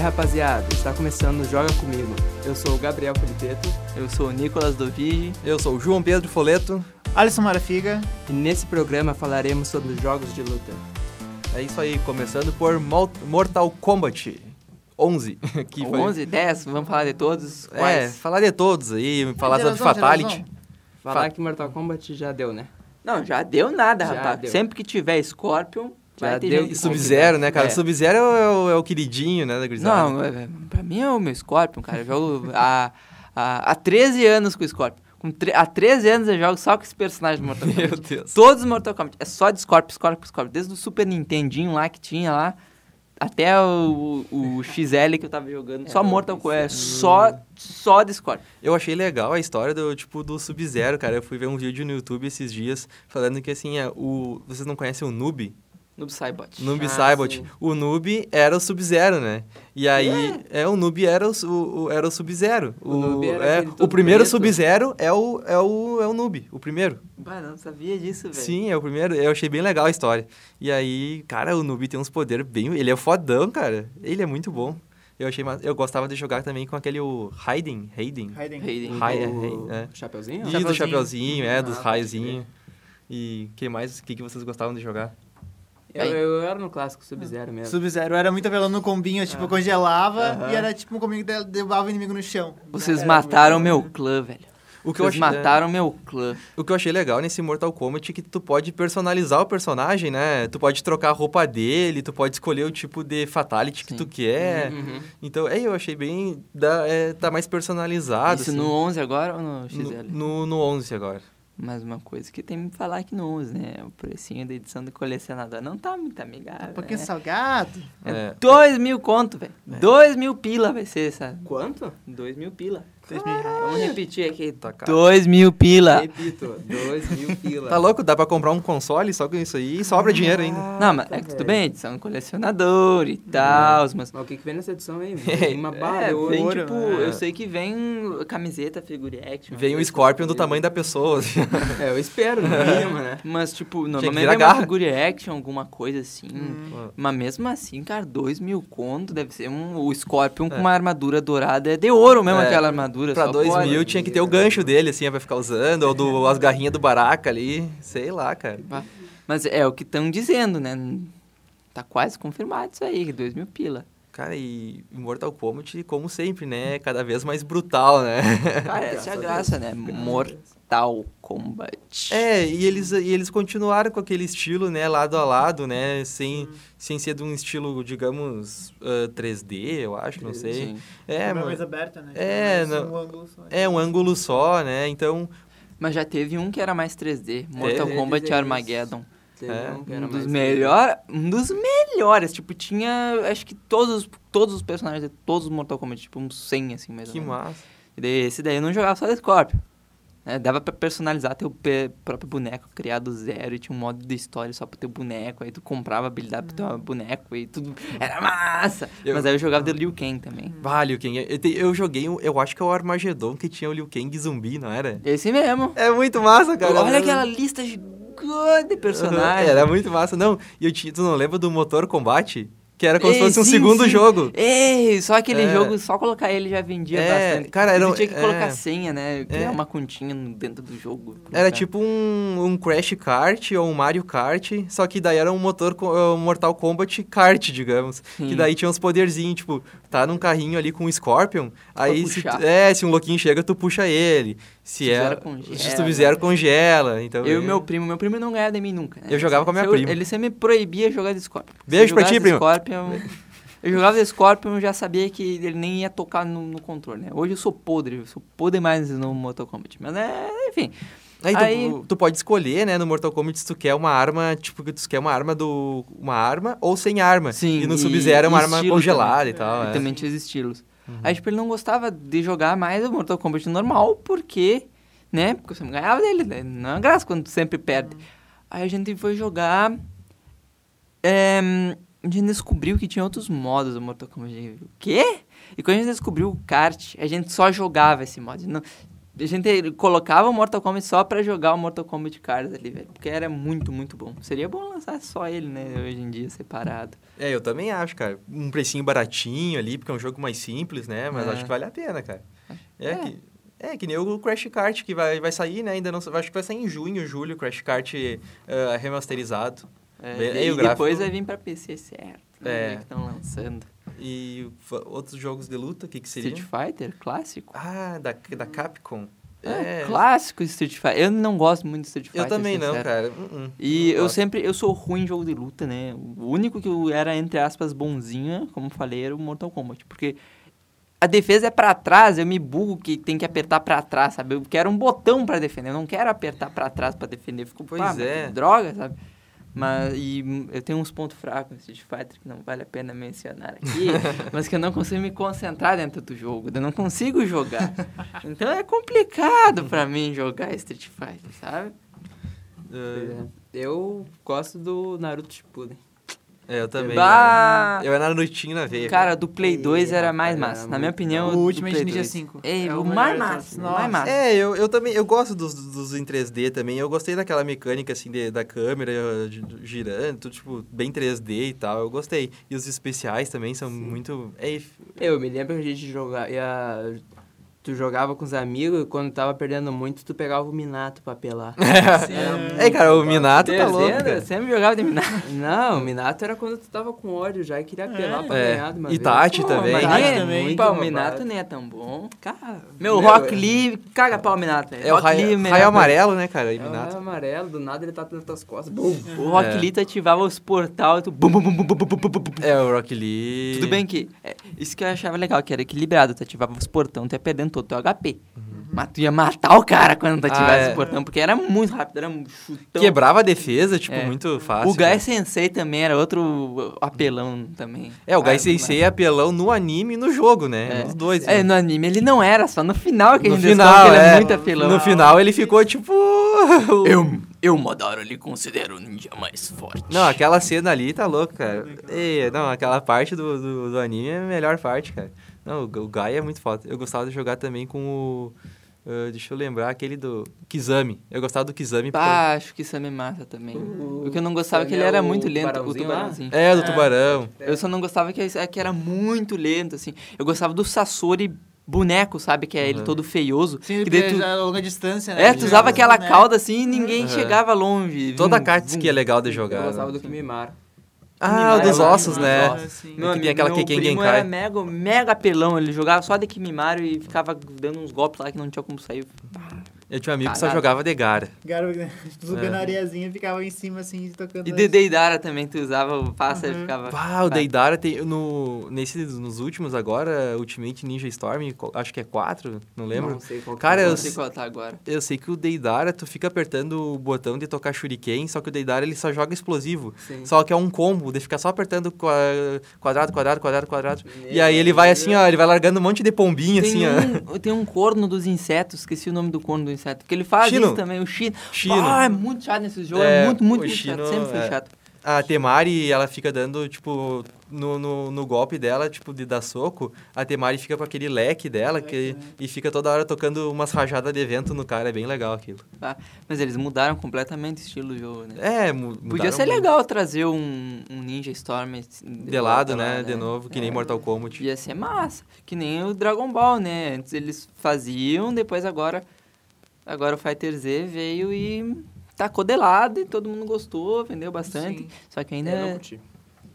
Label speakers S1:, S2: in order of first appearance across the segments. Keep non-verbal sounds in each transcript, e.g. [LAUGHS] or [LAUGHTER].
S1: rapaziada, está começando o Joga Comigo. Eu sou o Gabriel Feliteto.
S2: Eu sou o Nicolas Dovigi.
S3: Eu sou o João Pedro Foleto.
S4: Alisson Marafiga.
S1: E nesse programa falaremos sobre jogos de luta.
S3: É isso aí, começando por Mol- Mortal Kombat
S1: [LAUGHS]
S3: 11.
S2: Que 11, 10, vamos falar de todos?
S3: É,
S2: Quais?
S3: falar de todos aí, falar de
S4: Geralzão,
S3: Fatality.
S4: Geralzão.
S1: Falar que Mortal Kombat já deu, né?
S2: Não, já deu nada,
S1: Já
S2: rapaz.
S1: deu.
S2: Sempre que tiver Scorpion,
S1: Já
S2: vai ter
S1: deu
S2: gente
S3: E
S2: que
S3: Sub-Zero, né, cara?
S2: É.
S3: Sub-Zero é o, é o queridinho, né, da gurizada.
S2: Não, é- é- pra mim é o meu Scorpion, cara. Eu jogo há, há, há 13 anos com o Scorpion. Com tre- há 13 anos eu jogo só com esse personagem do Mortal Kombat.
S3: [LAUGHS] Meu Deus.
S2: Todos os Mortal Kombat. É só de Scorpion, Scorpion, Scorpion. Desde o Super Nintendinho lá que tinha lá, até o, o XL que eu tava jogando. só Mortal Kombat. É só, só de Scorpion.
S3: Eu achei legal a história do, tipo, do Sub-Zero, cara. Eu fui ver um vídeo no YouTube esses dias falando que, assim, é, o... vocês não conhecem o Noob?
S2: No Cybot.
S3: Noob
S1: Ah,
S3: Saibot.
S1: sim.
S3: O Noob era o Sub-Zero, né? E aí, é, o Noob era o, su- o- era o Sub-Zero.
S1: O Noob era
S3: é,
S1: aquele
S3: o
S1: todo
S3: primeiro
S1: preto.
S3: Sub-Zero é o, é, o, é o Noob, o primeiro.
S2: Bah, não sabia disso, velho.
S3: Sim, é o primeiro. Eu achei bem legal a história. E aí, cara, o Noob tem uns poderes bem... Ele é fodão, cara. Ele é muito bom. Eu achei... ma- Eu gostava de jogar também com aquele o Raiden. Raiden.
S4: Raiden.
S2: Hayden.
S3: Ra- Ah, é,
S1: o
S3: é.
S1: Chapeuzinho?
S3: E do
S4: Chapeuzinho.
S3: Chapeuzinho, é, dos
S1: Ah, pode
S3: raiozinhos. E que mais? O que, que vocês gostavam de jogar?
S1: Eu, eu era no clássico Sub-Zero mesmo.
S4: Sub-Zero era muito apelando no combinho,
S2: Ah.
S4: tipo, congelava
S1: Aham.
S4: e era tipo um combinho que de- derrubava o inimigo no chão.
S2: Vocês
S4: Era
S2: mataram
S4: é muito-
S2: meu clã, velho.
S3: O que eu
S2: Vocês
S3: achei- é,
S2: mataram meu clã.
S3: O que eu achei legal nesse Mortal Kombat é que tu pode personalizar o personagem, né? Tu pode trocar a roupa dele, tu pode escolher o tipo de fatality que
S2: Sim.
S3: tu quer.
S1: Uhum.
S3: Então, é, eu achei bem... dá- é, tá mais personalizado,
S2: Isso
S3: assim.
S2: no 11 agora ou Ah, no XL?
S3: no, no, no 11 agora.
S2: Mais uma coisa que tem que falar que não usa, né? O precinho da edição do colecionador não tá muito amigável.
S4: Um pouquinho
S2: né?
S4: salgado.
S2: É
S3: É.
S2: Dois mil conto, velho.
S4: É.
S2: Dois mil pila vai ser essa.
S1: Quanto?
S2: Dois mil pila.
S4: Dois mil reais.
S2: Vamos repetir aqui.
S3: Tá caro.
S2: Dois mil pila.
S1: Repito, 2
S2: [LAUGHS]
S1: mil pila.
S3: Tá louco? Dá pra comprar um console só com isso aí e sobra dinheiro ainda.
S2: Não, mas é que tudo bem, edição do colecionador e tal, mas...
S1: Mas o que, que vem nessa edição
S2: [LAUGHS]
S1: aí? Vem Uma barra,
S2: É,
S1: eu-
S2: vem,
S4: ouro,
S2: tipo,
S3: né?
S2: eu sei que vem um camiseta, figure action.
S3: Vem o
S2: coisa
S3: Scorpion do
S2: assim.
S3: tamanho da
S2: [LAUGHS]
S3: pessoa. assim.
S1: É, eu espero, no mínimo, né?
S2: Mas, tipo,
S3: que
S2: normalmente
S3: virar
S2: é uma
S3: garra.
S2: figure action, alguma coisa assim. Mas mesmo assim, cara, dois mil conto deve ser um. O Scorpion com uma armadura dourada é de ouro mesmo,
S3: É,
S2: aquela armadura.
S3: pra
S2: só
S3: 2
S2: pode. né?
S3: mil tinha que ter o gancho dele, assim, pra ficar usando, ou do, as garrinhas do baraca ali. Sei lá, cara.
S2: Mas é o que estão dizendo, né? Tá quase confirmado isso aí, que dois mil
S3: [LAUGHS]
S2: pila.
S3: Cara, e Mortal Kombat, como sempre, né? Cada vez mais brutal, né? [LAUGHS]
S2: Cara, essa é a graça, né? Mortal Kombat.
S3: É, e eles, e eles continuaram com aquele estilo, né? Lado a lado, né? Sem, sem ser de um estilo, digamos, ah, 3D, eu acho, não sei.
S2: Sim.
S3: É,
S4: Câmera
S3: mano.
S4: mais aberta, né?
S3: É,
S4: Mais
S3: não-
S4: um ângulo só.
S3: É um ângulo só, né? Então,
S2: Mas já teve um que era mais 3D, Mortal
S1: Teve,
S2: Kombat
S1: teve
S2: Armageddon.
S1: Teve
S3: É,
S1: um que era
S2: Um dos
S1: mais-
S2: melhores, um dos melhores, tipo, tinha, acho que todos, os- todos os personagens de todos os Mortal Kombat, tipo, uns 100, assim, mais ou
S3: que
S2: menos.
S3: massa.
S2: E daí, esse daí eu não jogava só de Scorpion. né? Dava pra personalizar teu pe- próprio boneco, criar do zero, e tinha um modo de história só pro teu boneco, aí tu comprava habilidade pro teu boneco e tudo. Era massa!
S3: Eu-
S2: Mas aí eu jogava de Liu Kang também.
S3: Ah, Liu Kang. Eu, te- eu joguei, um- eu acho que é o Armagedon que tinha o Liu Kang zumbi, não era?
S2: Esse mesmo.
S3: É muito massa, cara.
S2: Olha aquela lista gigante de personagens.
S3: Uhum. É, Era muito massa. Não, e eu tinha, tu não lembra do Motor Combate? Que era como se
S2: Ei,
S3: fosse um
S2: sim,
S3: segundo
S2: sim.
S3: jogo.
S2: Ei, só aquele
S3: É.
S2: jogo, só colocar ele já vendia
S3: É,
S2: bastante.
S3: cara,
S2: E
S3: era
S2: tu
S3: um-
S2: tinha que
S3: é.
S2: colocar senha, né? Criar
S3: É.
S2: uma continha dentro do jogo.
S3: Era tipo um, um Crash Kart ou um Mario Kart, só que daí era um motor co- eh, um Mortal Kombat kart, digamos. Que
S2: Sim.
S3: daí tinha uns poderzinhos, tipo, tá num carrinho ali com um Scorpion, aí se,
S2: puxar.
S3: tu- é, se um louquinho chega, tu puxa ele. Se
S2: Sub-Zero
S3: é,
S2: congela.
S3: se Sub-Zero congela. Então,
S2: Eu e meu primo, meu primo não ganhava de mim nunca. né?
S3: Eu jogava com a minha
S2: Se eu-
S3: prima.
S2: Ele sempre me proibia de jogar de Scorpion. Se
S3: Beijo
S2: eu
S3: pra
S2: jogasse
S3: ti, primo.
S2: Scorpion, eu jogava de Scorpion, eu já sabia que ele nem ia tocar no, no controle, né? Hoje eu sou podre, eu sou podre mais no Mortal Kombat. Mas é, enfim.
S3: Aí, tu,
S2: Aí-
S3: tu pode escolher, né, no Mortal Kombat se tu quer uma arma, tipo, que tu quer uma arma do. uma arma ou sem arma.
S2: Sim,
S3: E no
S2: e-
S3: Sub-Zero é uma
S2: e
S3: arma
S2: estilo
S3: congelada e tal.
S2: e
S3: é. Uhum.
S2: também tinha os estilos. Aí, tipo, ele não gostava de jogar mais o Mortal Kombat normal, porque, né? Porque você não ganhava dele, né? Não é graça quando tu sempre perde. Aí a gente foi jogar. é, a gente descobriu que tinha outros modos do Mortal Kombat. O quê? E quando a gente descobriu o kart, a gente só jogava esse modo. Não, A gente colocava o Mortal Kombat só pra jogar o Mortal Kombat Cars ali, velho. Porque era muito, muito bom. Seria bom lançar só ele, né? Hoje em dia, separado.
S3: É, eu também acho, cara. Um precinho baratinho ali, porque é um jogo mais simples, né? Mas
S2: É.
S3: acho que vale a pena, cara. É,
S2: É.
S3: que. É, que nem o Crash Kart que vai, vai sair, né? Ainda não sei- Acho que vai sair em junho, julho, o Crash Kart eh, remasterizado.
S2: É,
S3: Bem-
S2: e
S3: e o
S2: depois
S3: gráfico?
S2: vai vir pra PC, certo.
S3: É.
S2: É. que estão lançando.
S3: E fa- outros jogos de luta, o que, que seria?
S2: Street Fighter, clássico.
S3: Ah, da, da Capcom.
S2: É, clássico Street Fighter. Eu não gosto muito de Street Fighter.
S3: Eu também não,
S2: sincero.
S3: cara. Uh-uh.
S2: E
S3: Não
S2: eu
S3: gosto.
S2: sempre, eu sou ruim em jogo de luta, né? O único que eu era, entre aspas, bonzinho, como falei, era o Mortal Kombat. Porque a defesa é pra trás, eu me bugo que tem que apertar pra trás, sabe? Eu quero um botão pra defender, eu não quero apertar pra trás pra defender. Eu Fico,
S3: Pois
S2: pá, mas
S3: é.
S2: que droga, sabe? Mas, e hum, eu tenho uns pontos fracos no Street Fighter que não vale a pena mencionar
S3: [LAUGHS]
S2: aqui, mas que eu não consigo me concentrar dentro do jogo, eu não consigo jogar. Então é complicado pra mim jogar Street Fighter, sabe?
S3: Eh,
S1: É.
S2: Eu gosto do Naruto Shippuden.
S3: é, eu também.
S2: Bah!
S3: cara. Eu era narutinho na veia.
S2: Cara, do Play 2 era
S1: rapaz,
S2: mais
S1: era
S2: massa. Na
S1: muito
S2: minha opinião,
S4: O
S2: do
S4: Ultimate
S2: Play
S4: Ninja
S2: 2.
S4: 5.
S2: É,
S4: É
S2: o
S4: o melhor
S2: mais
S4: de
S2: massa,
S4: todos.
S2: o mais
S4: Nossa.
S2: massa.
S3: É, eu, eu também, eu gosto dos, dos em 3D também, eu gostei daquela mecânica, assim, de- da câmera eh, gi- girando, tudo, tipo, bem 3D e tal, eu gostei. E os especiais também são muito...
S2: [LAUGHS]
S3: É, e-
S1: Eu me lembro que a gente jogava. ia- Tu jogava com os amigos e quando tava perdendo muito, tu pegava o Minato pra
S2: [LAUGHS]
S1: pelar.
S2: Tá
S3: é, cara, o Minato tá louco,
S1: Desenho,
S3: cara.
S2: Sempre jogava de Minato.
S1: Não, o Minato era quando tu tava com ódio já e queria apelar pra
S3: É.
S1: ganhar de uma
S3: Itachi
S1: vez.
S2: Pô,
S3: também.
S2: mas
S4: Itachi
S2: nem- é
S4: também.
S2: muito
S1: Muito
S2: pá, o
S1: roubado.
S2: Minato nem é tão bom. Cara, meu, Rock
S3: é-
S2: Lee, caga pau o Minato. velho.
S3: É o
S2: Rock Lee,
S3: raio,
S2: melhor
S3: raio
S2: coisa.
S3: amarelo, né, cara, o
S1: É o raio
S3: Minato.
S1: amarelo, do nada ele tá nas tuas costas. Bum.
S2: O Rock
S3: É.
S2: Lee tu ativava os portal e tu... bum, bum, bum, bum, bum, bum, bum, bum, bum.
S3: É, o Rock Lee...
S2: Tudo bem que... é, isso que eu achava legal, que era equilibrado. Tu ativava os portão, tu ia perdendo todo o teu HP. Mas tu ia matar o cara quando tu
S3: Uhum. Ah,
S2: ativasse
S3: é.
S2: os portão, porque era muito rápido, era um chutão.
S3: Quebrava a defesa, tipo,
S2: É.
S3: muito fácil.
S2: O Gai
S3: cara.
S2: Sensei também era outro apelão também.
S3: É, o Gai
S2: Ah,
S3: Sensei é apelão no anime e no jogo, né?
S2: É.
S3: Nos dois.
S2: É,
S3: né?
S2: no anime ele não era, só no final que a
S3: No
S2: gente descobre que ele é,
S3: é.
S2: muito apelão.
S3: No final ele ficou tipo. [LAUGHS]
S2: Eu, eu Madara, lhe considero o ninja mais forte.
S3: Não, aquela cena ali tá louca, cara. Ei, não, aquela parte do, do, do anime é a melhor parte, cara. Não, o, o Gai é muito foda. Eu gostava de jogar também com o. ah, deixa eu lembrar, aquele do. Kizami. Eu gostava do Kizami.
S2: Ah, acho que isso me mata também. O, que eu não gostava é que ele
S1: Ele é
S2: era
S1: o
S2: muito lento, o
S1: tubarãozinho lá?
S2: tubarãozinho.
S3: porque... É, do tubarão.
S2: Eu só não gostava que, é que era muito lento, assim. Eu gostava do Sasori boneco, sabe? Que é ele
S3: Uhum.
S2: todo feioso.
S4: Sim,
S2: que daí
S4: porque
S2: tu-
S4: já a longa distância, né?
S2: É, tu usava
S4: Né?
S2: aquela cauda assim e ninguém chegava longe.
S3: Uhum. Toda a
S2: Vum,
S3: Katsuki
S2: vum.
S3: é legal de
S1: Eu
S3: jogar.
S1: gostava
S3: né?
S1: do Kimimaro.
S3: Ah, o dos ossos, né?
S4: Ah, sim.
S3: Que tem aquela
S2: meu
S3: Kekken
S2: primo
S3: Genkai.
S2: era mega, mega apelão, ele jogava só de Kimimaru e ficava dando uns golpes lá que não tinha como sair.
S3: Eu tinha um amigo que só
S2: Cagado.
S3: jogava de Gara.
S4: Garoto,
S2: [LAUGHS]
S4: subindo a areiazinha, ficava em cima, assim, tocando...
S2: É. E
S4: as-
S2: de Deidara também, tu usava o
S4: Uhum.
S2: pássaro e ficava...
S3: Pá, o
S2: Vai.
S3: Deidara tem. No, nesse, nos últimos agora, Ultimate Ninja Storm, co- acho que é 4, não lembro.
S1: Não sei qual que
S3: Cara,
S1: é.
S3: eu
S2: Não sei qual tá agora.
S3: Eu sei que o Deidara, tu fica apertando o botão de tocar shuriken, só que o Deidara ele só joga explosivo.
S1: Sim.
S3: Só que é um combo, de ficar só apertando qua- quadrado, quadrado, quadrado, quadrado. E aí ele vai assim, ó, ele vai largando um monte de pombinha,
S2: Tem,
S3: assim, ó.
S2: um, tem um corno dos insetos, esqueci o nome do corno do inseto, porque ele faz
S3: Chino.
S2: isso também, o Chino.
S3: [LAUGHS] Chino.
S2: Ah, é muito chato nesse jogo, é,
S3: É,
S2: muito, muito,
S3: o
S2: muito chato,
S3: Chino,
S2: sempre foi
S3: é.
S2: chato.
S3: A Temari, ela fica dando, tipo, no, no, no golpe dela, tipo, de dar soco, a Temari fica com aquele leque dela que, e fica toda hora tocando umas rajadas de vento no cara. É bem legal aquilo.
S2: tá? Mas eles mudaram completamente o estilo do jogo, né?
S3: É, mu-
S2: Podia
S3: mudaram
S2: ser
S3: muito.
S2: legal trazer um, um Ninja Storm assim,
S3: De lado,
S2: volta lá,
S3: né? De novo, que nem Mortal Kombat.
S2: Ia ser massa. Que nem o Dragon Ball, né? Antes eles faziam, depois agora. Agora o Fighter Z veio e tacou de lado e todo mundo gostou, vendeu bastante.
S4: Sim.
S2: Só que ainda.
S1: É, Eu
S3: né?
S1: não curti.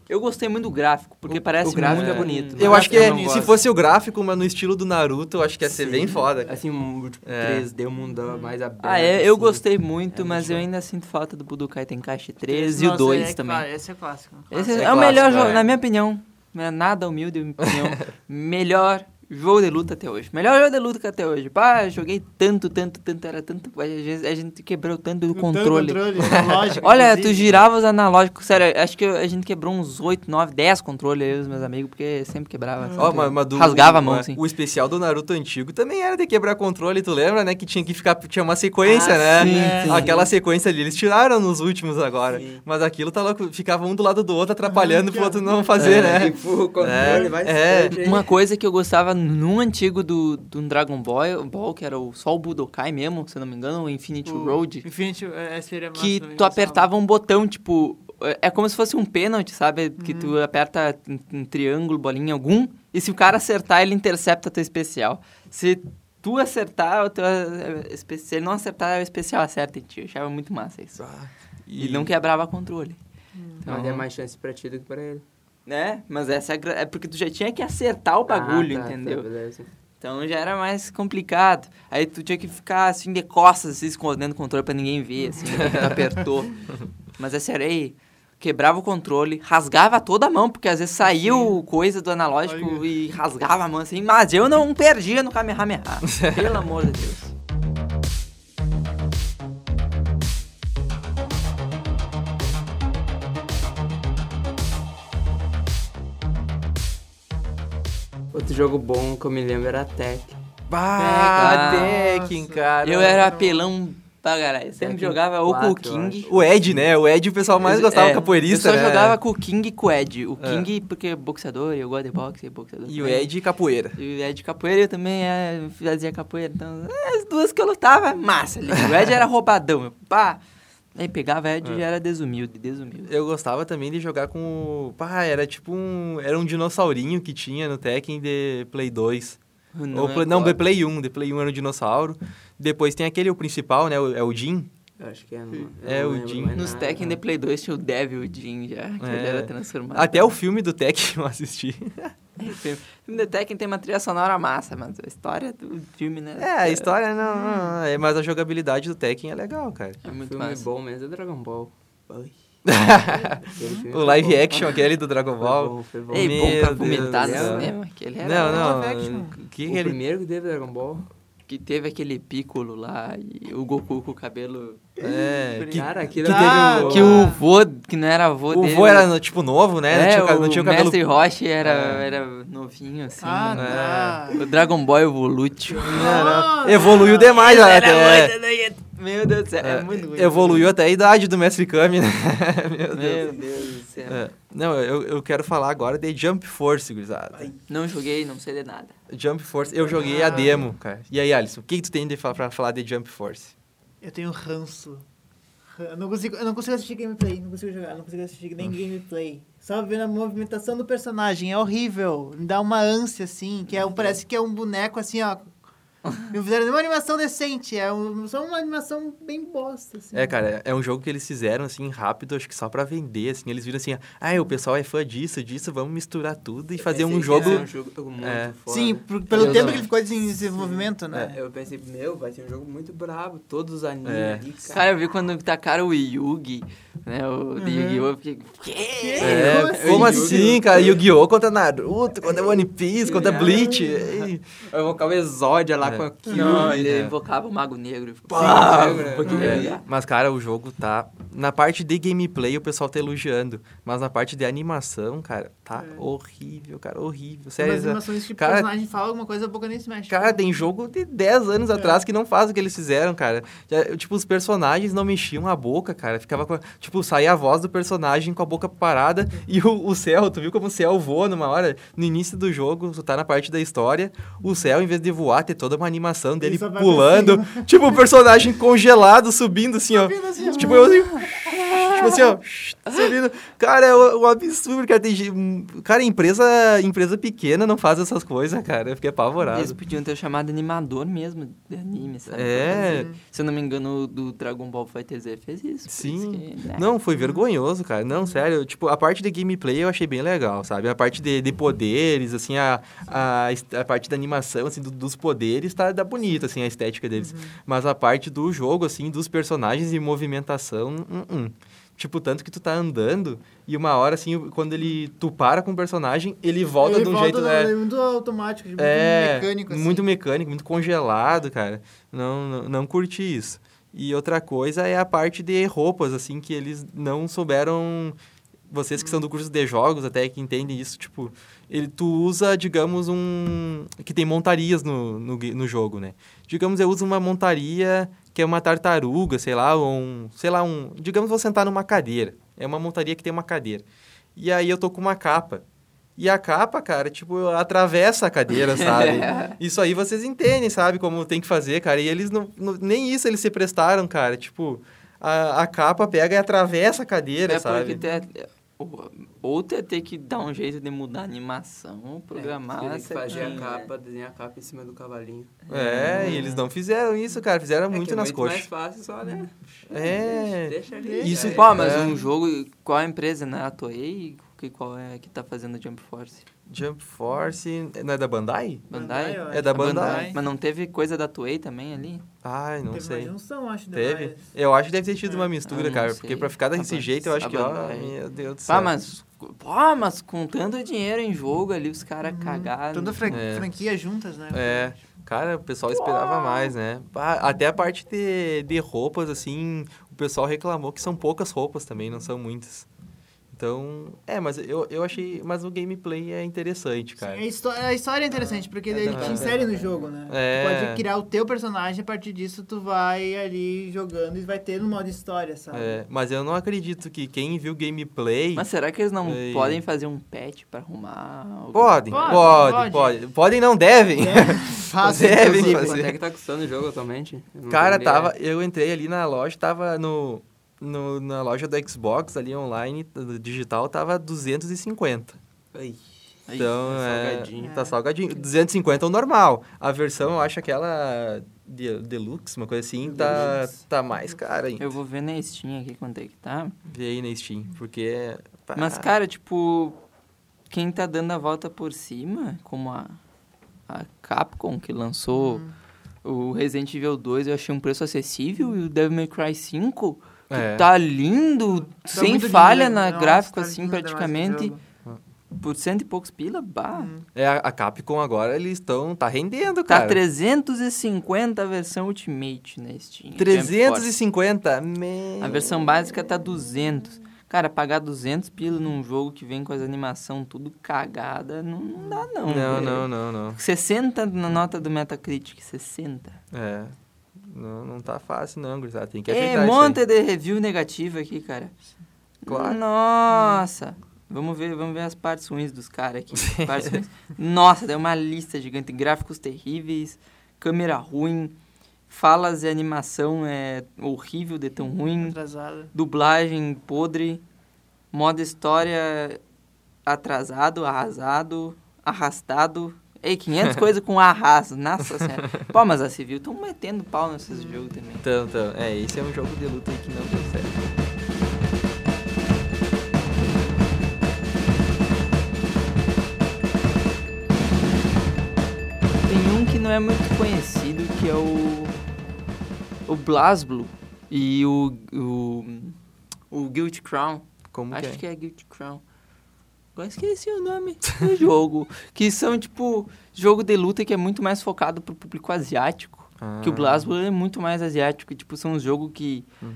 S2: Eu gostei muito do gráfico, porque parece
S3: o gráfico
S2: muito
S3: é-
S2: bonito.
S3: Eu
S2: Mas
S3: acho que
S2: eu
S3: é-
S2: não
S3: se
S2: gosto.
S3: fosse o gráfico, mas no estilo do Naruto, eu acho que ia ser bem foda. cara.
S1: Assim, um tipo,
S3: É.
S1: 3D, um mundão mais aberto.
S2: Ah, é, eu
S1: assim.
S2: gostei muito, mas eu ainda sinto falta do Budokai Tenkaichi 3 e o
S4: Nossa,
S2: 2
S4: é
S2: também.
S4: clá- Esse é clássico.
S2: Esse
S3: É
S2: é, o
S3: clássico,
S2: melhor
S3: é.
S2: jogo, na minha opinião, não é nada humilde, minha
S3: [LAUGHS]
S2: opinião, melhor jogo de luta até hoje. Melhor jogo de luta que até hoje. Pá, eu joguei tanto, tanto, tanto, era tanto, a gente, a gente quebrou tanto do
S4: Tanto
S2: é controle. [LAUGHS]
S4: controle analógico,
S2: Olha, tu
S4: inclusive.
S2: girava os analógicos, sério, acho que eu- a gente quebrou uns 8, 9, 10 controles, eu e os meus amigos, porque sempre quebrava.
S3: Ó,
S2: sempre
S3: mas- mas do- é.
S2: rasgava a mão,
S3: mas
S2: assim.
S3: O especial do Naruto antigo também era de quebrar controle, tu lembra, né? Que tinha que ficar. Tinha uma sequência,
S4: Ah,
S3: né?
S2: sim, É. sim.
S3: Aquela sequência ali, eles tiraram nos últimos agora. Mas aquilo tá louco, ficava um do
S2: É.
S3: lado do outro, atrapalhando pro outro não fazer, né?
S1: Empurra É, tipo, o controle,
S3: É,
S1: vai
S3: é.
S1: se frente aí.
S2: Uma coisa que eu gostava num antigo do, do Dragon Ball, Ball, que era o, só o Budokai mesmo, se não me engano, o Infinity
S4: tipo
S5: O
S3: Hum.
S2: Road,
S5: Infinity, é, esse seria massa
S2: que
S5: também,
S2: tu
S5: eu
S2: apertava um botão, tipo... É é como se fosse um pênalti, sabe? Que
S5: Uhum.
S2: tu aperta um, um triângulo, bolinha, algum, e se o cara acertar, ele intercepta teu especial. Se tu acertar, o teu, eh, espe- se ele não acertar, o especial acerta em ti. Eu achava muito massa isso. E, não quebrava controle.
S5: Hum.
S2: Então,
S1: Mas é mais chance pra ti do que pra ele.
S2: né? Mas essa é, a gra- é porque tu já tinha que acertar o bagulho,
S1: Ah, tá, tá,
S2: entendeu?
S1: beleza.
S2: Então já era mais complicado. Aí tu tinha que ficar assim de costas, se escondendo o controle pra ninguém ver, assim, que tu
S3: [LAUGHS]
S2: apertou. Mas é sério, aí quebrava o controle, rasgava toda a mão, porque às vezes saiu coisa do analógico
S5: Olha.
S2: e rasgava a mão assim, mas eu não perdia no
S3: [LAUGHS]
S2: Kamehameha. Pelo amor de Deus.
S1: Outro jogo bom que eu me lembro era Tech.
S3: Bah,
S5: Tekken.
S3: Tekken,
S5: Nossa.
S3: cara.
S2: Eu era apelão pra caralho. Sempre
S1: Tekken
S2: jogava ou com o
S1: 4, eu
S2: King.
S1: acho.
S3: O Ed, né? O Ed o pessoal mais gostava,
S2: É,
S3: capoeirista,
S2: Eu só
S3: né?
S2: jogava com o King e com o Ed. O
S3: É.
S2: King porque é boxeador e eu gosto de boxe, é boxeador.
S3: E o
S2: também.
S3: Ed capoeira.
S2: E o Ed capoeira, eu também é, fazia capoeira. Então, é, as duas que eu lutava, massa ali. O Ed era roubadão, meu pá. Aí pegava o
S3: É.
S2: Ed e era desumilde, desumilde.
S3: Eu gostava também de jogar com o... Pá, era tipo um... Era um dinossaurinho que tinha no Tekken de Play 2. Não, Ou,
S2: é
S3: Play- não de
S2: agora.
S3: Play 1. De Play 1 era o dinossauro. Depois tem aquele, o principal, né? O- É o Jin.
S1: Eu acho que é. não-
S3: É,
S1: eu
S3: o
S1: não lembro
S3: Jin.
S1: mais
S2: Hum. Nos
S1: nada.
S2: Tekken de Play 2 tinha o Devil e o Jin já, que
S3: É.
S2: ele era transformado.
S3: Até
S2: [LAUGHS]
S3: o filme do Tekken [LAUGHS] eu assisti.
S2: O filme de Tekken tem uma trilha sonora massa, mas a história do filme, né?
S3: É, a história não... não, não, é, mas a jogabilidade do Tekken é legal, cara.
S2: É
S1: O
S2: muito
S1: Ah, filme
S2: massa.
S1: bom mesmo é Dragon Ball. Ai. Aquele [LAUGHS] filme
S3: O
S1: foi
S3: live
S1: bom.
S3: action aquele do Dragon
S1: Foi
S3: Ball.
S1: bom, foi bom.
S2: Ei, bom pra
S3: Meu Deus
S2: vomitar né,
S1: do
S2: no
S1: céu.
S2: cinema. Aquele era
S3: Não,
S5: live action.
S3: não. O que
S1: o
S3: que ele...
S1: primeiro que teve Dragon Ball.
S2: Que teve aquele pícolo lá e o Goku com o cabelo.
S3: É, que,
S1: Cara, aquilo
S3: que
S5: Ah,
S3: teve o...
S2: Que o vô, que não era vô
S3: O
S2: dele.
S3: vô era, no- tipo, novo, né?
S2: É,
S3: não tinha, o ca-
S2: o
S3: não tinha o cabelo...
S2: Mestre Roshi era,
S3: É.
S2: era novinho, assim.
S5: Ah,
S2: né?
S5: tá.
S2: O Dragon Ball
S3: [LAUGHS]
S2: Evolute.
S3: Não, não. Evoluiu demais, né?
S2: Era
S3: até.
S2: muito doido. Meu Deus do céu,
S3: É,
S2: é muito doido.
S3: Evoluiu até a idade do Mestre Kami, né? [LAUGHS] Meu
S2: Meu
S3: Deus.
S2: Deus do céu.
S3: É. Não, eu, eu quero falar agora de Jump Force, gurizada.
S2: Não joguei, não sei de nada.
S3: Jump Force, eu joguei a demo, cara. E aí, Alisson, o que, que tu tem de fa- pra falar de Jump Force?
S5: Eu tenho ranço.
S4: Eu não, consigo, eu não consigo assistir gameplay, não consigo jogar, não consigo assistir nem gameplay. Só vendo a movimentação do personagem, é horrível. Me dá uma ânsia, assim, que é
S3: Uhum.
S4: um, parece que é um boneco, assim, ó. Não fizeram nenhuma animação decente, é um- só uma animação bem bosta, assim.
S3: É, cara, é um jogo que eles fizeram, assim, rápido, acho que só pra vender, assim. Eles viram assim, ah, o pessoal é fã disso, disso, vamos misturar tudo e fazer um
S1: Pensei que
S3: jogo...
S1: ia ser um jogo muito
S3: É.
S1: foda.
S4: Sim, por- pelo
S3: Eu
S4: tempo
S3: não-
S4: que ele ficou em desenvolvimento, né?
S1: Eu pensei, meu, vai ser um jogo muito brabo. Todos os animes
S3: É.
S1: ali, cara.
S2: Cara, eu vi quando tacaram o Yugi, né? O do Yu-Gi-Oh! Eu fiquei. "Quê?"
S3: É,
S4: Como
S3: como,
S4: assim?
S3: assim, cara? Yu-Gi-Oh! contra Naruto, contra One Piece, contra
S1: É.
S3: Bleach. ei.
S1: Eu vou o Exódia lá
S3: É.
S1: com a Kyuubi.
S2: Não, ele
S3: É.
S2: invocava o Mago Negro.
S3: Pá,
S1: Sim, né?
S3: um pouquinho- é. Mas, cara, o jogo tá. Na parte de gameplay, o pessoal tá elogiando. Mas na parte de animação, cara, tá horrível, cara, horrível. Sério,
S4: As animações, tipo,
S3: é, Cara-
S4: o personagem fala alguma coisa, a boca nem se mexe.
S3: Cara, tem jogo de 10 anos atrás que não faz o que eles fizeram, cara. Já, tipo, os personagens não mexiam a boca, cara. Ficava com. a- Tipo, saía a voz do personagem com a boca parada e o, o céu, tu viu como o céu voa numa hora? No início do jogo, tu tá na parte da história, o céu, em vez de voar, tem toda uma animação dele
S4: só vai pra
S3: pulando. Tipo, o personagem congelado subindo assim, ó. [LAUGHS] Tipo, eu assim. Tipo assim, ó. Subindo. Cara, é um um absurdo, cara. Tem, gen- cara, empresa, empresa pequena não faz essas coisas, cara. Eu fiquei apavorado.
S2: Eles podiam ter chamado animador mesmo de anime, sabe?
S3: É.
S2: Se eu não me engano, o do Dragon Ball Fighter Z fez isso. por
S3: Sim.
S2: isso que, né? Uhum.
S3: Não, foi vergonhoso, cara. Não, sério. Tipo, a parte de gameplay eu achei bem legal, sabe? A parte de, de poderes, assim, a, a, est- a parte da animação, assim, do- dos poderes, tá, tá bonita, assim, a estética deles.
S2: Uhum.
S3: Mas a parte do jogo, assim, dos personagens e movimentação, uh -uh. Tipo, tanto que tu tá andando e uma hora, assim, o- quando ele... Tu para com o personagem, ele volta
S4: Ele
S3: de um
S4: volta
S3: jeito,
S4: do-
S3: né?
S4: é Muito automático, tipo,
S3: É,
S4: muito mecânico, assim.
S3: muito mecânico, muito congelado, cara. Não, não, não curti isso. E outra coisa é a parte de roupas, assim, que eles não souberam... Vocês que são do curso de jogos até que entendem isso, tipo... Ele, tu usa, digamos, um... Que tem montarias no, no, gue- no jogo, né? Digamos, eu uso uma montaria que é uma tartaruga, sei lá, ou um... Sei lá, um... Digamos, vou sentar numa cadeira. É uma montaria que tem uma cadeira. E aí eu tô com uma capa. E a capa, cara, tipo, atravessa a cadeira,
S1: [LAUGHS]
S3: sabe? Isso aí vocês entendem, sabe? Como tem que fazer, cara. E eles não, não- nem isso eles se prestaram, cara. Tipo, a, a capa pega e atravessa a cadeira,
S2: é porque
S3: sabe?
S2: tem, ou, ou ter, ter que dar um jeito de mudar a animação, programar.
S1: Teria É, que fazer a
S2: certinho, né?
S1: capa, desenhar a capa em cima do cavalinho.
S3: É, e eles não fizeram isso, cara. Fizeram
S1: É que
S3: muito
S1: é
S3: nas
S1: muito mais
S3: coxas.
S1: fácil né? só, né?
S3: É.
S1: Deixa ali.
S3: Isso-
S1: cara.
S2: Pô, mas
S3: É.
S2: um jogo, qual a empresa, né? A Toei, que, qual é que tá fazendo a Jump Force?
S3: Jump Force. Não é da Bandai?
S2: Bandai?
S4: Bandai, ó.
S3: É da
S2: A
S3: Bandai.
S2: Mas não teve coisa da Toei também ali?
S3: Ai, não
S4: Teve
S3: sei.
S4: mais junção, acho. da
S3: Teve?
S4: Bias.
S3: Eu acho que deve ter tido
S4: É.
S3: uma mistura,
S2: Ah, não
S3: cara.
S2: sei.
S3: Porque pra ficar desse
S2: Rapaz,
S3: jeito, eu acho
S2: a
S3: que, ó,
S2: Bandai.
S3: meu Deus do céu.
S2: Pá, mas, pô, mas com tanto dinheiro em jogo ali, os caras cagaram.
S4: Toda fran-
S3: É.
S4: franquia juntas, né?
S3: É, cara, o pessoal esperava mais, né? Pá, Até a parte de, de roupas, assim, o pessoal reclamou que são poucas roupas também, não são muitas. Então, é, mas eu, eu achei. Mas o gameplay é interessante,
S4: Sim,
S3: cara.
S4: a, histó- a história é interessante, porque ele
S3: verdade.
S4: te insere no jogo, né?
S3: É.
S4: Tu pode criar o teu personagem, a partir disso tu vai ali jogando e vai ter no modo história, sabe?
S3: É, mas eu não acredito que quem viu gameplay.
S2: Mas será que eles não
S3: Ei.
S2: podem fazer um patch pra arrumar? alguma-
S3: Podem,
S4: Pode,
S3: podem,
S4: pode.
S3: podem. Podem, não
S4: É,
S3: devem.
S2: [LAUGHS]
S3: Ah, [LAUGHS]
S4: Fácil,
S3: Deve
S4: inclusive. né?
S3: fazer.
S1: Quanto é que tá custando o jogo atualmente? Eu não
S3: Cara,
S1: tô
S3: tava. Eu entrei ali na loja, tava no, no- na loja do Xbox ali online, do digital, tava 250.
S1: Ai,
S2: Ai,
S3: então,
S1: tá
S3: é,
S1: salgadinho.
S3: tá salgadinho. 250 é o normal. A versão, eu acho aquela de- deluxe, uma coisa assim, tá, tá mais cara ainda.
S2: Eu vou ver na Steam aqui quanto é que tá.
S3: Vê aí na Steam, porque... tá pá,
S2: Mas, cara, tipo, quem tá dando a volta por cima, como a, a Capcom, que lançou o Resident Evil 2, eu achei um preço acessível, e o Devil May Cry 5, que
S3: É.
S2: tá lindo,
S1: Tá
S2: sem
S4: muito
S2: falha
S4: dinheiro,
S2: na
S4: nossa,
S2: gráfico,
S4: tá
S2: assim,
S4: lindo demais esse
S2: praticamente,
S4: jogo.
S2: por cento e poucos pila, bah.
S3: É, a- a Capcom agora, eles estão... Tá rendendo,
S2: Tá
S3: cara.
S2: 350 a versão Ultimate na Steam.
S3: 350? Meu...
S2: A versão básica tá 200. Cara, pagar 200 pila num jogo que vem com as animação tudo cagada, não, não dá não.
S3: Não,
S2: velho.
S3: não, não, não.
S2: 60 na nota do Metacritic, 60.
S3: É. Não, não tá fácil não, gurizada. Tem que
S2: É,
S3: ajeitar isso aí.
S2: monta de review negativa aqui, cara.
S3: Claro.
S2: Nossa. Vamos ver, vamos ver as partes ruins dos caras aqui.
S3: [LAUGHS]
S2: Partes ruins. Nossa, deu uma lista gigante. Gráficos terríveis, câmera ruim, falas e animação é horrível de tão ruim,
S4: Atrasado.
S2: dublagem podre, modo história atrasado, arrasado, arrastado. Ei,
S3: [LAUGHS]
S2: 500 coisas com arraso, nossa senhora. Pô, mas a Civil estão metendo pau nesses jogos também.
S3: Então, então, é, esse é um jogo de luta aí que não deu certo.
S2: Tem um que não é muito conhecido, que é o. O BlazBlue e o. O, o Guild Crown.
S3: Como
S2: Acho
S3: que é?
S2: que é Guild Crown. Agora esqueci o nome do [LAUGHS] jogo. Que são, tipo, jogo de luta que é muito mais focado pro público asiático. Que o
S3: Ah,
S2: BlazBlue é muito mais asiático. Tipo, são os jogos que.
S3: Uhum.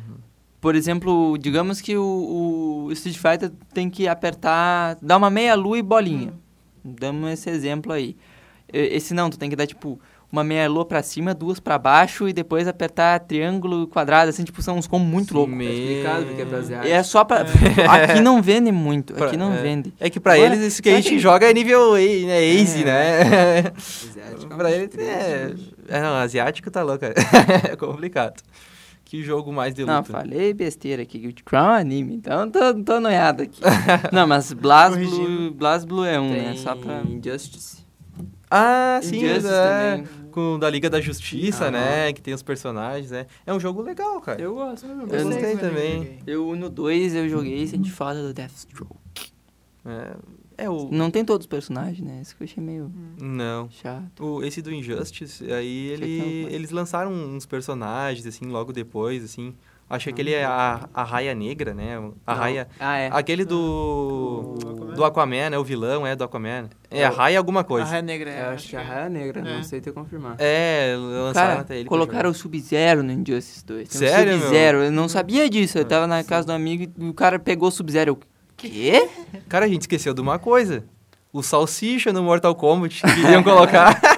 S2: Por exemplo, digamos que o, o Street Fighter tem que apertar, dar uma meia lua e bolinha. Damos esse exemplo aí. E- Esse não, tu tem que dar tipo uma meia lua pra cima, duas pra baixo e depois apertar triângulo, quadrado, assim, tipo, são uns combos muito loucos.
S1: Tá explicado porque é brasileiro.
S2: E é só pra. [LAUGHS] Aqui não vende muito,
S3: Pra-
S2: aqui não
S3: é.
S2: vende.
S3: É que pra
S2: Ué,
S3: eles isso que a
S2: será
S3: gente
S2: que-
S3: joga é nível e- né, Ace, né?
S1: Asiático,
S3: pra
S1: muito
S3: eles é...
S1: triste.
S3: é. Não, asiático tá louco. [LAUGHS] cara. é complicado. Que jogo mais de luta.
S2: Não, falei besteira aqui, Guild Crown é anime, então tô, tô noiado
S3: [LAUGHS]
S2: aqui. não, mas BlazBlue, BlazBlue é um, né?
S1: Tem
S2: Só pra.
S1: Injustice.
S3: Ah, sim,
S2: Injustice
S3: é.
S2: também.
S3: Com o da Liga da Justiça,
S1: Aham.
S3: né? Que tem os personagens, né? É um jogo legal, cara.
S1: Eu gosto.
S3: Eu
S4: não sei
S3: gostei
S4: se vai
S3: também.
S4: ver.
S2: Eu no 2 eu joguei senti falta do Deathstroke.
S3: É, é o.
S2: Não tem todos os personagens, né? Isso que eu achei meio
S3: Não.
S2: chato.
S3: O, esse do Injustice,
S2: Achei
S3: aí ele-
S2: que é era uma coisa.
S3: eles lançaram uns personagens, assim, logo depois, assim. Acho que aquele é a, a Raia Negra, né? A
S2: Ah, Não.
S3: Raia...
S2: Ah, é.
S3: Aquele do... Do Aquaman, né? O vilão é do Aquaman. É, a Raia alguma
S4: A
S3: coisa.
S4: Raia Negra, é,
S1: Eu acho que é a Raia Negra,
S4: É.
S1: não sei te confirmar.
S3: É, lançaram
S2: Cara,
S3: até ele. pra
S2: colocaram o Sub-Zero no Injustice 2. Tem um
S3: Sério, meu? Ah,
S2: Sub-Zero. Eu não sabia disso. Eu tava na casa do amigo e o cara pegou o Sub-Zero. Eu, Quê?
S3: jogar. Cara,
S2: [LAUGHS]
S3: a gente esqueceu de uma coisa. O Salsicha no Mortal Kombat que iriam colocar.
S2: [LAUGHS]
S3: [LAUGHS]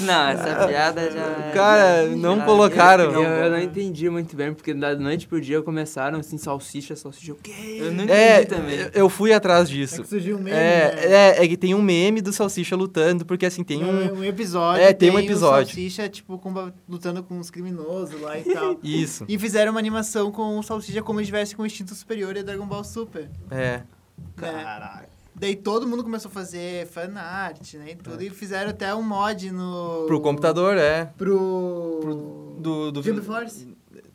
S2: Não, essa piada já. é
S3: Cara, não
S2: já-
S3: colocaram.
S1: Eu, eu não entendi muito bem, porque da noite pro dia começaram assim, salsicha, salsicha. O quê?
S2: Eu não entendi
S3: É,
S2: também.
S3: eu- eu fui atrás
S4: É
S3: disso.
S4: que surgiu um meme, né?
S3: É, é, é que tem um meme do Salsicha lutando, porque assim, tem um.
S4: É, um episódio.
S3: É, tem um
S4: O
S3: episódio.
S4: Salsicha, tipo, comba- lutando com os criminosos lá e tal.
S3: [LAUGHS] Isso,
S4: E fizeram uma animação com o Salsicha como ele estivesse com o Instinto Superior e Dragon Ball Super. né?
S3: é.
S4: Daí todo mundo começou a fazer fanart, né? E tudo. E fizeram até um mod no.
S3: Pro computador, é.
S4: Pro.
S3: Do, do,
S4: Jump Force.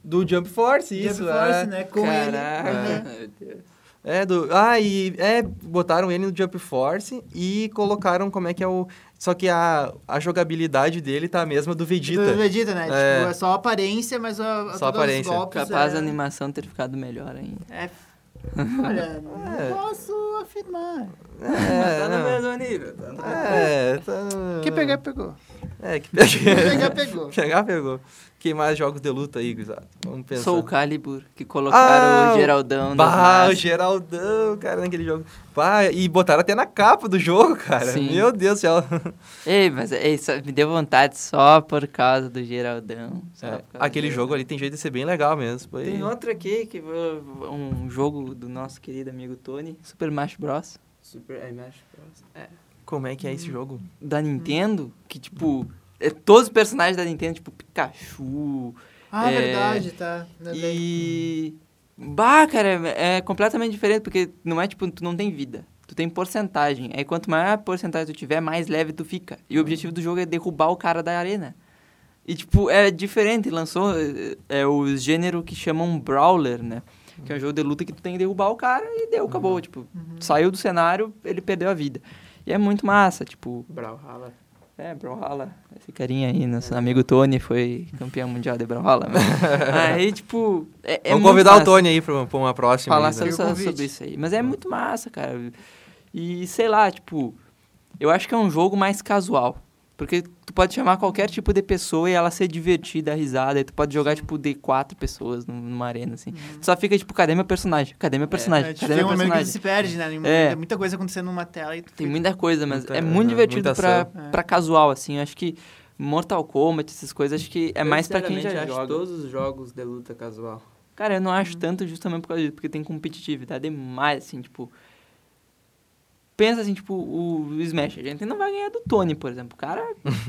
S3: do Jump Force, isso.
S4: Jump
S3: é.
S4: Force, né? Com ele.
S2: Caraca, meu Deus.
S3: É, do. Ah, e. É, botaram ele no Jump Force e colocaram como é que é o. Só que a, a jogabilidade dele tá a mesma do
S4: Vegeta. Do
S3: Vegeta.
S4: Vegeta, né?
S3: É.
S4: Tipo, é só a aparência, mas a, a
S3: Só a
S4: todos os
S3: aparência.
S4: golpes
S2: Capaz
S4: é...
S2: da animação ter ficado melhor ainda.
S4: É. Olha, não posso afirmar.
S1: Mas tá no
S3: É,
S1: mesmo nível. Tá no...
S3: não. é, tá.
S4: Quem pegar, pegou.
S3: É, que pega.
S4: Quem pegar, pegou.
S3: Pegar, [LAUGHS] pegou. Quem mais jogos de luta aí, gurizada? Vamos pensar.
S2: Soul Calibur, que colocaram
S3: Ah,
S2: o Geraldão das
S3: Bah, o
S2: massas.
S3: Geraldão, cara, naquele jogo. Bah, e botaram até na capa do jogo, cara.
S2: Sim.
S3: Meu Deus do céu.
S2: Ei, mas é, isso me deu vontade só por causa do Geraldão. só
S3: É,
S2: por causa
S3: aquele
S2: do
S3: jogo ali tem jeito de ser bem legal mesmo. Foi...
S2: né? Tem outro aqui, que uh, um jogo do nosso querido amigo Tony, Super Smash Bros.
S1: Super Smash Bros. É.
S3: Como é que é
S2: Hum.
S3: esse jogo?
S2: Da Nintendo, que tipo, é todos os personagens da Nintendo, tipo Pikachu,
S4: Ah,
S2: É.
S4: verdade, tá. Lembrei.
S2: E. Bah, cara, é é completamente diferente, porque não é tipo, tu não tem vida. Tu tem porcentagem. Aí quanto maior a porcentagem tu tiver, mais leve tu fica. E o objetivo do jogo é derrubar o cara da arena. E tipo, é diferente, lançou é, é o gênero que chamam Brawler, né? Que é um jogo de luta que tu tem que derrubar o cara e deu, acabou. Tipo,
S4: Uhum.
S2: saiu do cenário, ele perdeu a vida. E é muito massa, tipo,
S1: Brawlhalla.
S2: é, Brawlhalla. Esse carinha aí, nosso
S3: É.
S2: amigo Tony, foi campeão mundial de Brawlhalla. mas-
S3: [LAUGHS]
S2: aí, tipo... É, é
S3: Vamos
S2: muito
S3: convidar
S2: massa
S3: o Tony aí pra, pra uma próxima.
S2: falar
S3: aí, né?
S2: sobre, sobre- sobre isso aí. Mas é muito massa, cara. E, sei lá, tipo... Eu acho que é um jogo mais casual. Porque tu pode chamar qualquer tipo de pessoa e ela ser divertida, risada. E tu pode jogar, tipo, de quatro pessoas num- numa arena, assim.
S3: Uhum.
S2: Tu só fica, tipo, cadê meu personagem? Cadê meu personagem?
S4: É, tipo,
S2: cadê
S4: tem
S2: meu
S4: um momento que
S2: personagem?
S4: tu se perde, né? Tem
S2: É.
S4: muita coisa acontecendo numa tela e tu
S2: Tem
S4: fica-
S2: muita coisa, mas
S3: Muita-
S2: é muito
S3: é,
S2: divertido
S3: muita
S2: pra,
S4: ação.
S2: pra casual, assim. Eu acho que Mortal Kombat, essas coisas, acho que é mais pra quem já
S1: sinceramente acho Uhum.
S2: joga.
S1: todos os jogos de luta [LAUGHS] casual.
S2: Cara, eu não acho tanto justamente por causa disso, porque tem competitividade demais, assim, tipo... Pensa assim, tipo, o o Smash. A gente não vai ganhar do Tony, por exemplo. O cara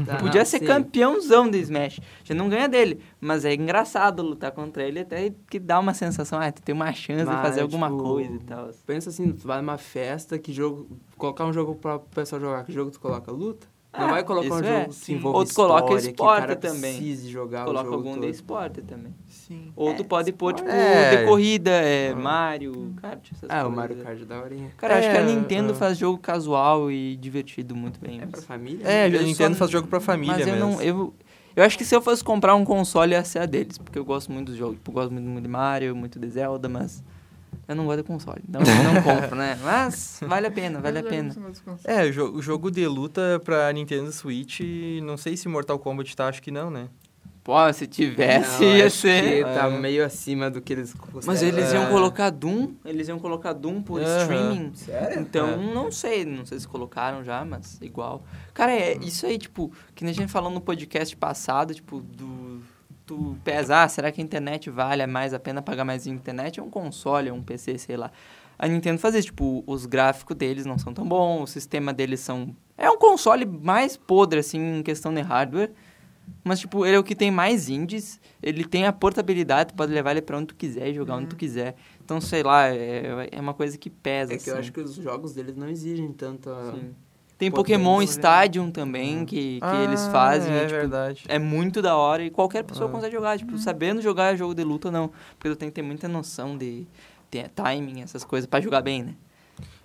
S1: Tá,
S2: podia
S1: não,
S2: ser
S1: sim.
S2: campeãozão do Smash. A gente não ganha dele. Mas é engraçado lutar contra ele, até que dá uma sensação, ah, tu tem uma chance de
S1: Mas,
S2: fazer alguma
S1: tipo,
S2: coisa e tal.
S1: Pensa assim, tu vai numa festa, que jogo. Colocar um jogo pra pessoal jogar, que jogo tu coloca? Luta? Não
S2: Ah,
S1: vai colocar
S2: isso
S1: um
S2: é,
S1: jogo que
S2: sim.
S1: se envolve
S2: Ou tu coloca
S1: história,
S2: esporte
S1: que o cara
S2: também.
S1: precise jogar
S2: Coloca
S1: o jogo
S2: algum
S1: todo.
S2: de esporte também.
S4: Sim.
S2: Ou tu pode pôr, tipo,
S3: É.
S2: de corrida, é, Mario Kart, essas
S1: Ah, o
S2: coisas.
S1: Mario Kart da horinha.
S2: Cara, eu acho que a
S3: É,
S2: Nintendo
S3: é.
S2: faz jogo casual e divertido muito bem.
S1: É pra
S2: mas-
S1: família?
S3: É,
S2: Eu
S3: a Nintendo
S2: só-
S3: faz jogo pra família
S2: mas eu
S3: mesmo.
S2: não. Eu, eu acho que se eu fosse comprar um console, ia ser a deles. Porque eu gosto muito dos jogos. Tipo, eu gosto muito, muito de Mario, muito de Zelda, mas. Eu não gosto de console. Então eu
S1: [LAUGHS]
S2: não compro, né? Mas vale a pena, vale a pena.
S3: É, o jo- o jogo de luta pra Nintendo Switch, não sei se Mortal Kombat tá, acho que não, né?
S2: Pô, se tivesse,
S1: Não,
S2: ia
S1: acho que
S2: ser.
S1: tá
S3: É.
S1: meio acima do que eles
S2: Mas
S1: consideram.
S2: eles iam
S3: É.
S2: colocar Doom, eles iam colocar Doom por
S3: Aham.
S2: streaming.
S1: Sério?
S2: Então,
S3: É.
S2: não sei, não sei se colocaram já, mas igual. Cara, é isso aí, tipo, que nem a gente falou no podcast passado, tipo, do tu pesar, será que a internet vale mais a pena pagar mais em internet? É um console, é um PC, sei lá. A Nintendo faz isso, tipo, os gráficos deles não são tão bons, o sistema deles são... É um console mais podre, assim, em questão de hardware, mas, tipo, ele é o que tem mais indies, ele tem a portabilidade, tu pode levar ele pra onde tu quiser e jogar onde tu quiser. Então, sei lá, é, é uma coisa que pesa,
S1: É que eu
S2: assim.
S1: acho que os jogos deles não exigem tanto. a-
S2: Sim. Tem
S1: Pô,
S2: Pokémon
S1: tem-
S2: Stadium também,
S1: Uhum.
S2: que, que eles fazem.
S3: É
S2: e, tipo,
S3: verdade.
S2: é muito da hora e qualquer pessoa
S3: Ah.
S2: consegue jogar, tipo, sabendo jogar jogo de luta ou não. Porque tu tem que ter muita noção de, de timing, essas coisas, pra jogar bem, né?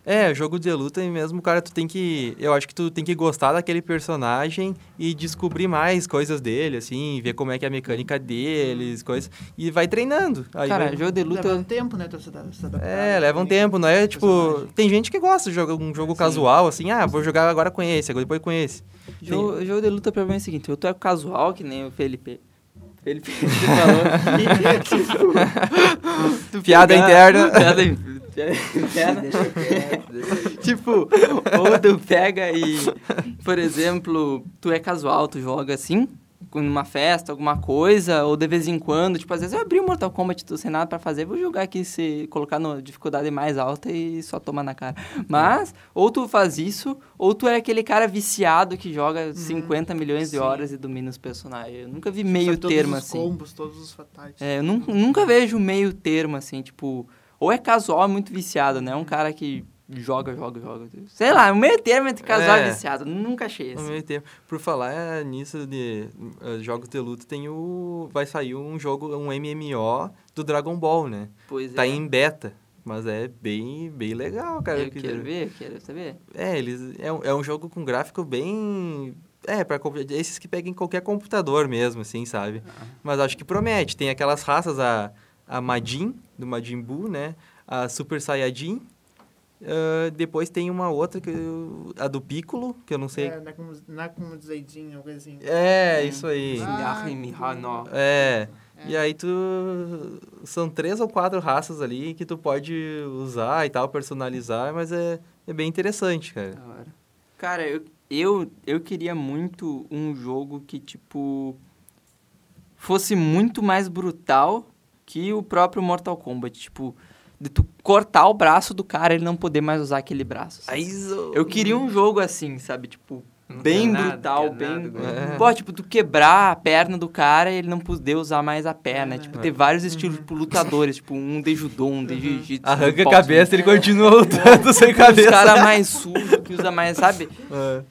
S3: É, jogo de luta e mesmo, cara, tu tem que. Eu acho que tu tem que gostar daquele personagem e descobrir mais coisas dele, assim, ver como é que é a mecânica deles, coisas. E vai treinando. Aí
S2: Cara,
S3: vai-
S2: jogo de
S4: Leva um
S2: luta.
S4: tempo, né? pra se adap- se adaptar,
S3: É,
S4: né,
S3: leva um
S4: também.
S3: tempo, não é? Tipo,
S4: personagem.
S3: tem gente que gosta de jogar um jogo casual, assim, ah, vou jogar agora com esse, agora depois com esse.
S2: Jogo, jogo de luta, pra mim é o seguinte: eu tô é casual, que nem o Felipe. [LAUGHS]
S3: [LAUGHS]
S2: Felipe, você falou. que, tipo, tu
S3: Piada
S2: pegar-
S3: interna.
S2: Piada in- Pera.
S3: [LAUGHS]
S2: [LAUGHS] tipo, ou tu pega e, por exemplo, tu é casual, tu joga assim, numa festa, alguma coisa, ou de vez em quando, tipo, às vezes eu abri o Mortal Kombat, tô sem nada pra fazer, vou jogar aqui, se colocar na dificuldade mais alta e só tomar na cara. Mas, ou tu faz isso, ou tu é aquele cara viciado que joga 50 milhões de
S4: Uhum. sim.
S2: horas e domina os personagens. Eu nunca vi meio
S4: Sabe todos
S2: termo
S4: os
S2: assim.
S4: combos, todos os fatais.
S2: É, eu nunca, nunca vejo meio termo, assim, tipo... Ou é casual, é muito viciado, né? Um cara que joga, joga, joga. Sei lá, o meio termo entre casual
S3: É.
S2: e viciado. Nunca achei
S3: No
S2: esse.
S3: meio tempo. Por falar eh, nisso de eh, jogos de luta, tem o. Vai sair um jogo, um MMO do Dragon Ball, né?
S2: Pois
S3: Tá
S2: é.
S3: em beta. Mas é bem, bem legal, cara.
S2: Eu
S3: que-
S2: quero ver, quero saber.
S3: É, eles, é, um- é um jogo com gráfico bem. É, para esses que pegam em qualquer computador mesmo, assim, sabe?
S4: Ah.
S3: Mas acho que promete. Tem aquelas raças, a, a Majin, do Majin Buu, né? A Super Saiyajin. Ah, depois tem uma outra, que eu- a do Piccolo, que eu não sei.
S4: É, Nakumu- Nakumu Zaidin, alguma coisa assim.
S3: É, isso aí.
S4: Ah,
S1: Mihano.
S3: É. E aí tu. São três ou quatro raças ali que tu pode usar e tal, personalizar, mas é, é bem interessante, cara.
S1: Da hora.
S2: Cara, eu, eu, eu queria muito um jogo que, tipo, fosse muito mais brutal que o próprio Mortal Kombat. Tipo, de tu cortar o braço do cara e ele não poder mais usar aquele braço. sabe? Eu queria um jogo assim, sabe? Tipo,
S1: Não
S2: bem
S1: quer nada,
S2: brutal,
S1: quer
S2: bem.
S1: nada,
S3: né?
S2: Pô, tipo, tu quebrar a perna do cara e ele não poder usar mais a
S1: É.
S2: perna. Tipo, ter vários estilos
S1: Uhum.
S2: tipo, lutadores, tipo, um de judô, um de jiu-jitsu. um
S3: Arranca a
S2: boxe,
S3: cabeça, ele continua lutando [LAUGHS] sem
S2: um Os
S3: cabeça.
S2: caras mais sujos, que usa mais, sabe?
S3: É.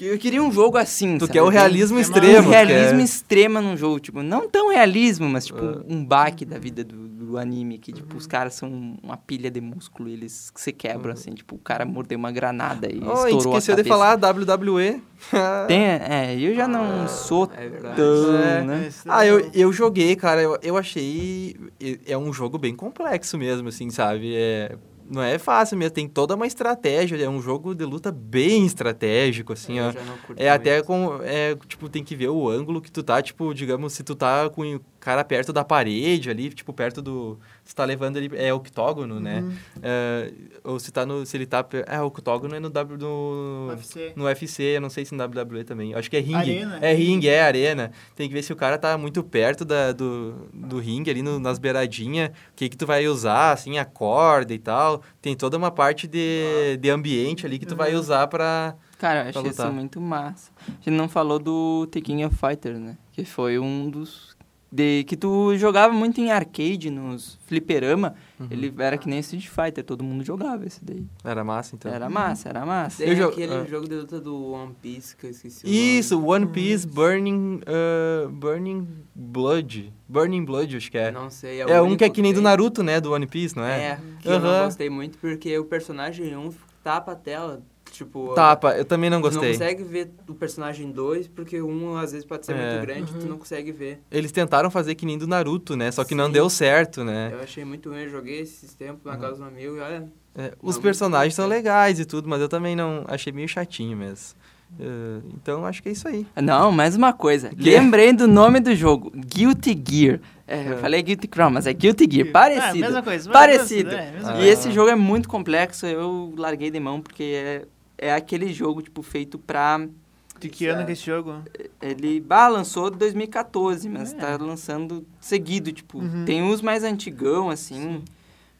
S2: Eu queria um jogo assim.
S3: Tu
S2: sabe?
S3: quer o
S2: Bem-
S3: realismo
S2: um
S3: extremo.
S2: realismo
S3: quer.
S2: extremo num jogo, tipo, não tão realismo, mas tipo
S3: É.
S2: um baque da vida do, do anime, que tipo, os caras são uma pilha de músculo, e eles se
S3: Uhum.
S2: quebram assim, tipo, o cara mordeu uma granada e
S3: Oh, a gente
S2: estourou a
S3: esqueceu
S2: cabeça.
S3: de falar WWE.
S2: Tem, é, eu já não sou
S1: é verdade.
S2: tão,
S3: É.
S2: né?
S3: Ah, eu, eu joguei, cara. Eu, eu achei. É um jogo bem complexo mesmo, assim, sabe? É, não é fácil mesmo. Tem toda uma estratégia. É um jogo de luta bem estratégico, assim, ó.
S1: Eu já não curto
S3: É até
S1: muito.
S3: com. É, tipo, tem que ver o ângulo que tu tá, tipo, digamos, se tu tá com o cara perto da parede ali, tipo, perto do. Se tá levando ele. É
S4: um,
S3: octógono, né?
S4: uhum,
S3: É, ou se tá no. Se ele tá. per- É, octógono é no W. No
S4: UFC.
S3: no UFC, eu não sei se no WWE também. Eu Acho que é ringue.
S4: Arena?
S3: É ringue, é arena. Tem que ver se o cara tá muito perto da- do, do ringue, ali no- nas beiradinhas. O que que tu vai usar, assim, a corda e tal. Tem toda uma parte de, de ambiente ali que tu vai usar pra...
S2: Cara, eu
S3: Pra
S2: achei isso
S3: lutar.
S2: muito massa. A gente não falou do The King of Fighters, né? Que foi um dos. De, que tu jogava muito em arcade, nos fliperama.
S3: Uhum.
S2: Ele era que nem Street Fighter, todo mundo jogava esse daí.
S3: Era massa, então.
S2: Era massa, era massa.
S1: Tem
S3: Eu jo-
S1: aquele
S3: ah.
S1: jogo de luta do One Piece que eu esqueci o
S3: Isso, One Piece Burning, uh, Burning Blood. Burning Blood, acho que
S1: nome.
S3: é.
S1: Não sei.
S3: É,
S1: o
S3: um que é
S1: único
S3: que nem do
S1: tem.
S3: Naruto, né? Do One Piece, não é?
S1: É, que eu não
S3: Aham.
S1: gostei muito porque o personagem 1 tapa a tela, tipo...
S3: Tapa, eu também não
S1: Tu não
S3: gostei.
S1: consegue ver o personagem 2, porque um às vezes pode ser
S3: É.
S1: muito grande, tu não consegue ver.
S3: Eles tentaram fazer que nem do Naruto, né? Só que não
S1: Sim. É,
S3: deu certo, né?
S1: Eu achei muito ruim, eu joguei esses tempos
S4: Uhum.
S1: na casa do amigo e olha...
S3: É, os
S1: Não,
S3: personagens
S1: não
S3: são legais e tudo, mas eu também não achei meio chatinho mesmo. Eh, então acho que é isso aí.
S2: Não, mais uma coisa.
S3: Quê?
S2: Lembrei do nome do jogo: Guilty Gear. É,
S3: É.
S2: Eu falei Guilty Crown, mas é Guilty Gear,
S4: Ah,
S2: parecido.
S4: mesma coisa.
S2: Parecido.
S4: É, mesma
S3: Ah.
S2: E esse jogo é muito complexo, eu larguei de mão porque é, é aquele jogo tipo feito pra
S5: De que ano que é esse jogo?
S2: ele bah, lançou 2014, mas tá lançando seguido, tipo, tem uns mais antigão assim,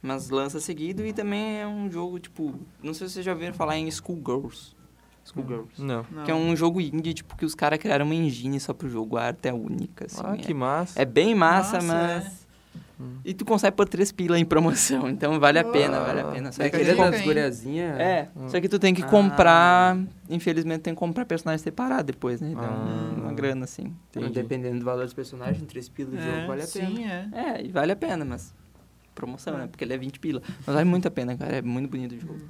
S2: mas lança seguido e também é um jogo tipo, não sei se vocês já ouviram falar em Schoolgirls. Schoolgirls.
S3: Uhum. Não.
S5: Não.
S2: Que é um jogo indie, tipo, que os caras criaram uma engine só pro jogo, a arte é única, assim.
S3: ah,
S2: é.
S3: que massa. Hum.
S2: É bem massa,
S4: Nossa, é.
S2: mas. E tu consegue por três pila em promoção, [LAUGHS] então vale a pena, vale a pena. Só
S1: É
S2: que
S1: aquele
S2: tu com-
S1: das guriazinhas?
S2: é, só que tu tem que
S1: Ah.
S2: comprar. Infelizmente tem que comprar personagem separado depois, né? Dá
S3: Ah.
S2: um- uma grana assim.
S1: Então,
S3: Entendi.
S1: dependendo do valor dos personagens, 3 pila do jogo vale a pena.
S4: Sim, é.
S2: É, e vale a pena, mas. Promoção, né? Porque ele é 20 pila. Mas vale muito a pena, cara. É muito bonito o jogo.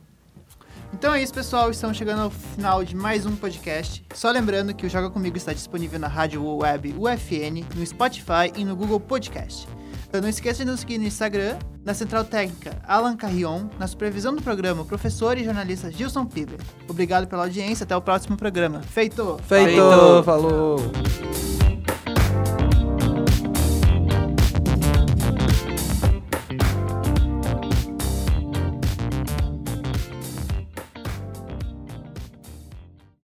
S4: Então é isso, pessoal. Estamos chegando ao final de mais um podcast. Só lembrando que o Joga Comigo está disponível na rádio web UFN, no Spotify e no Google Podcast. Então não esqueça de nos seguir no Instagram, na Central Técnica Alan Carrion, na supervisão do programa o professor e jornalista Gilson Piber. Obrigado pela audiência, até o próximo programa. Feito!
S3: Feito,
S2: Feito.
S3: falou.
S1: Tchau.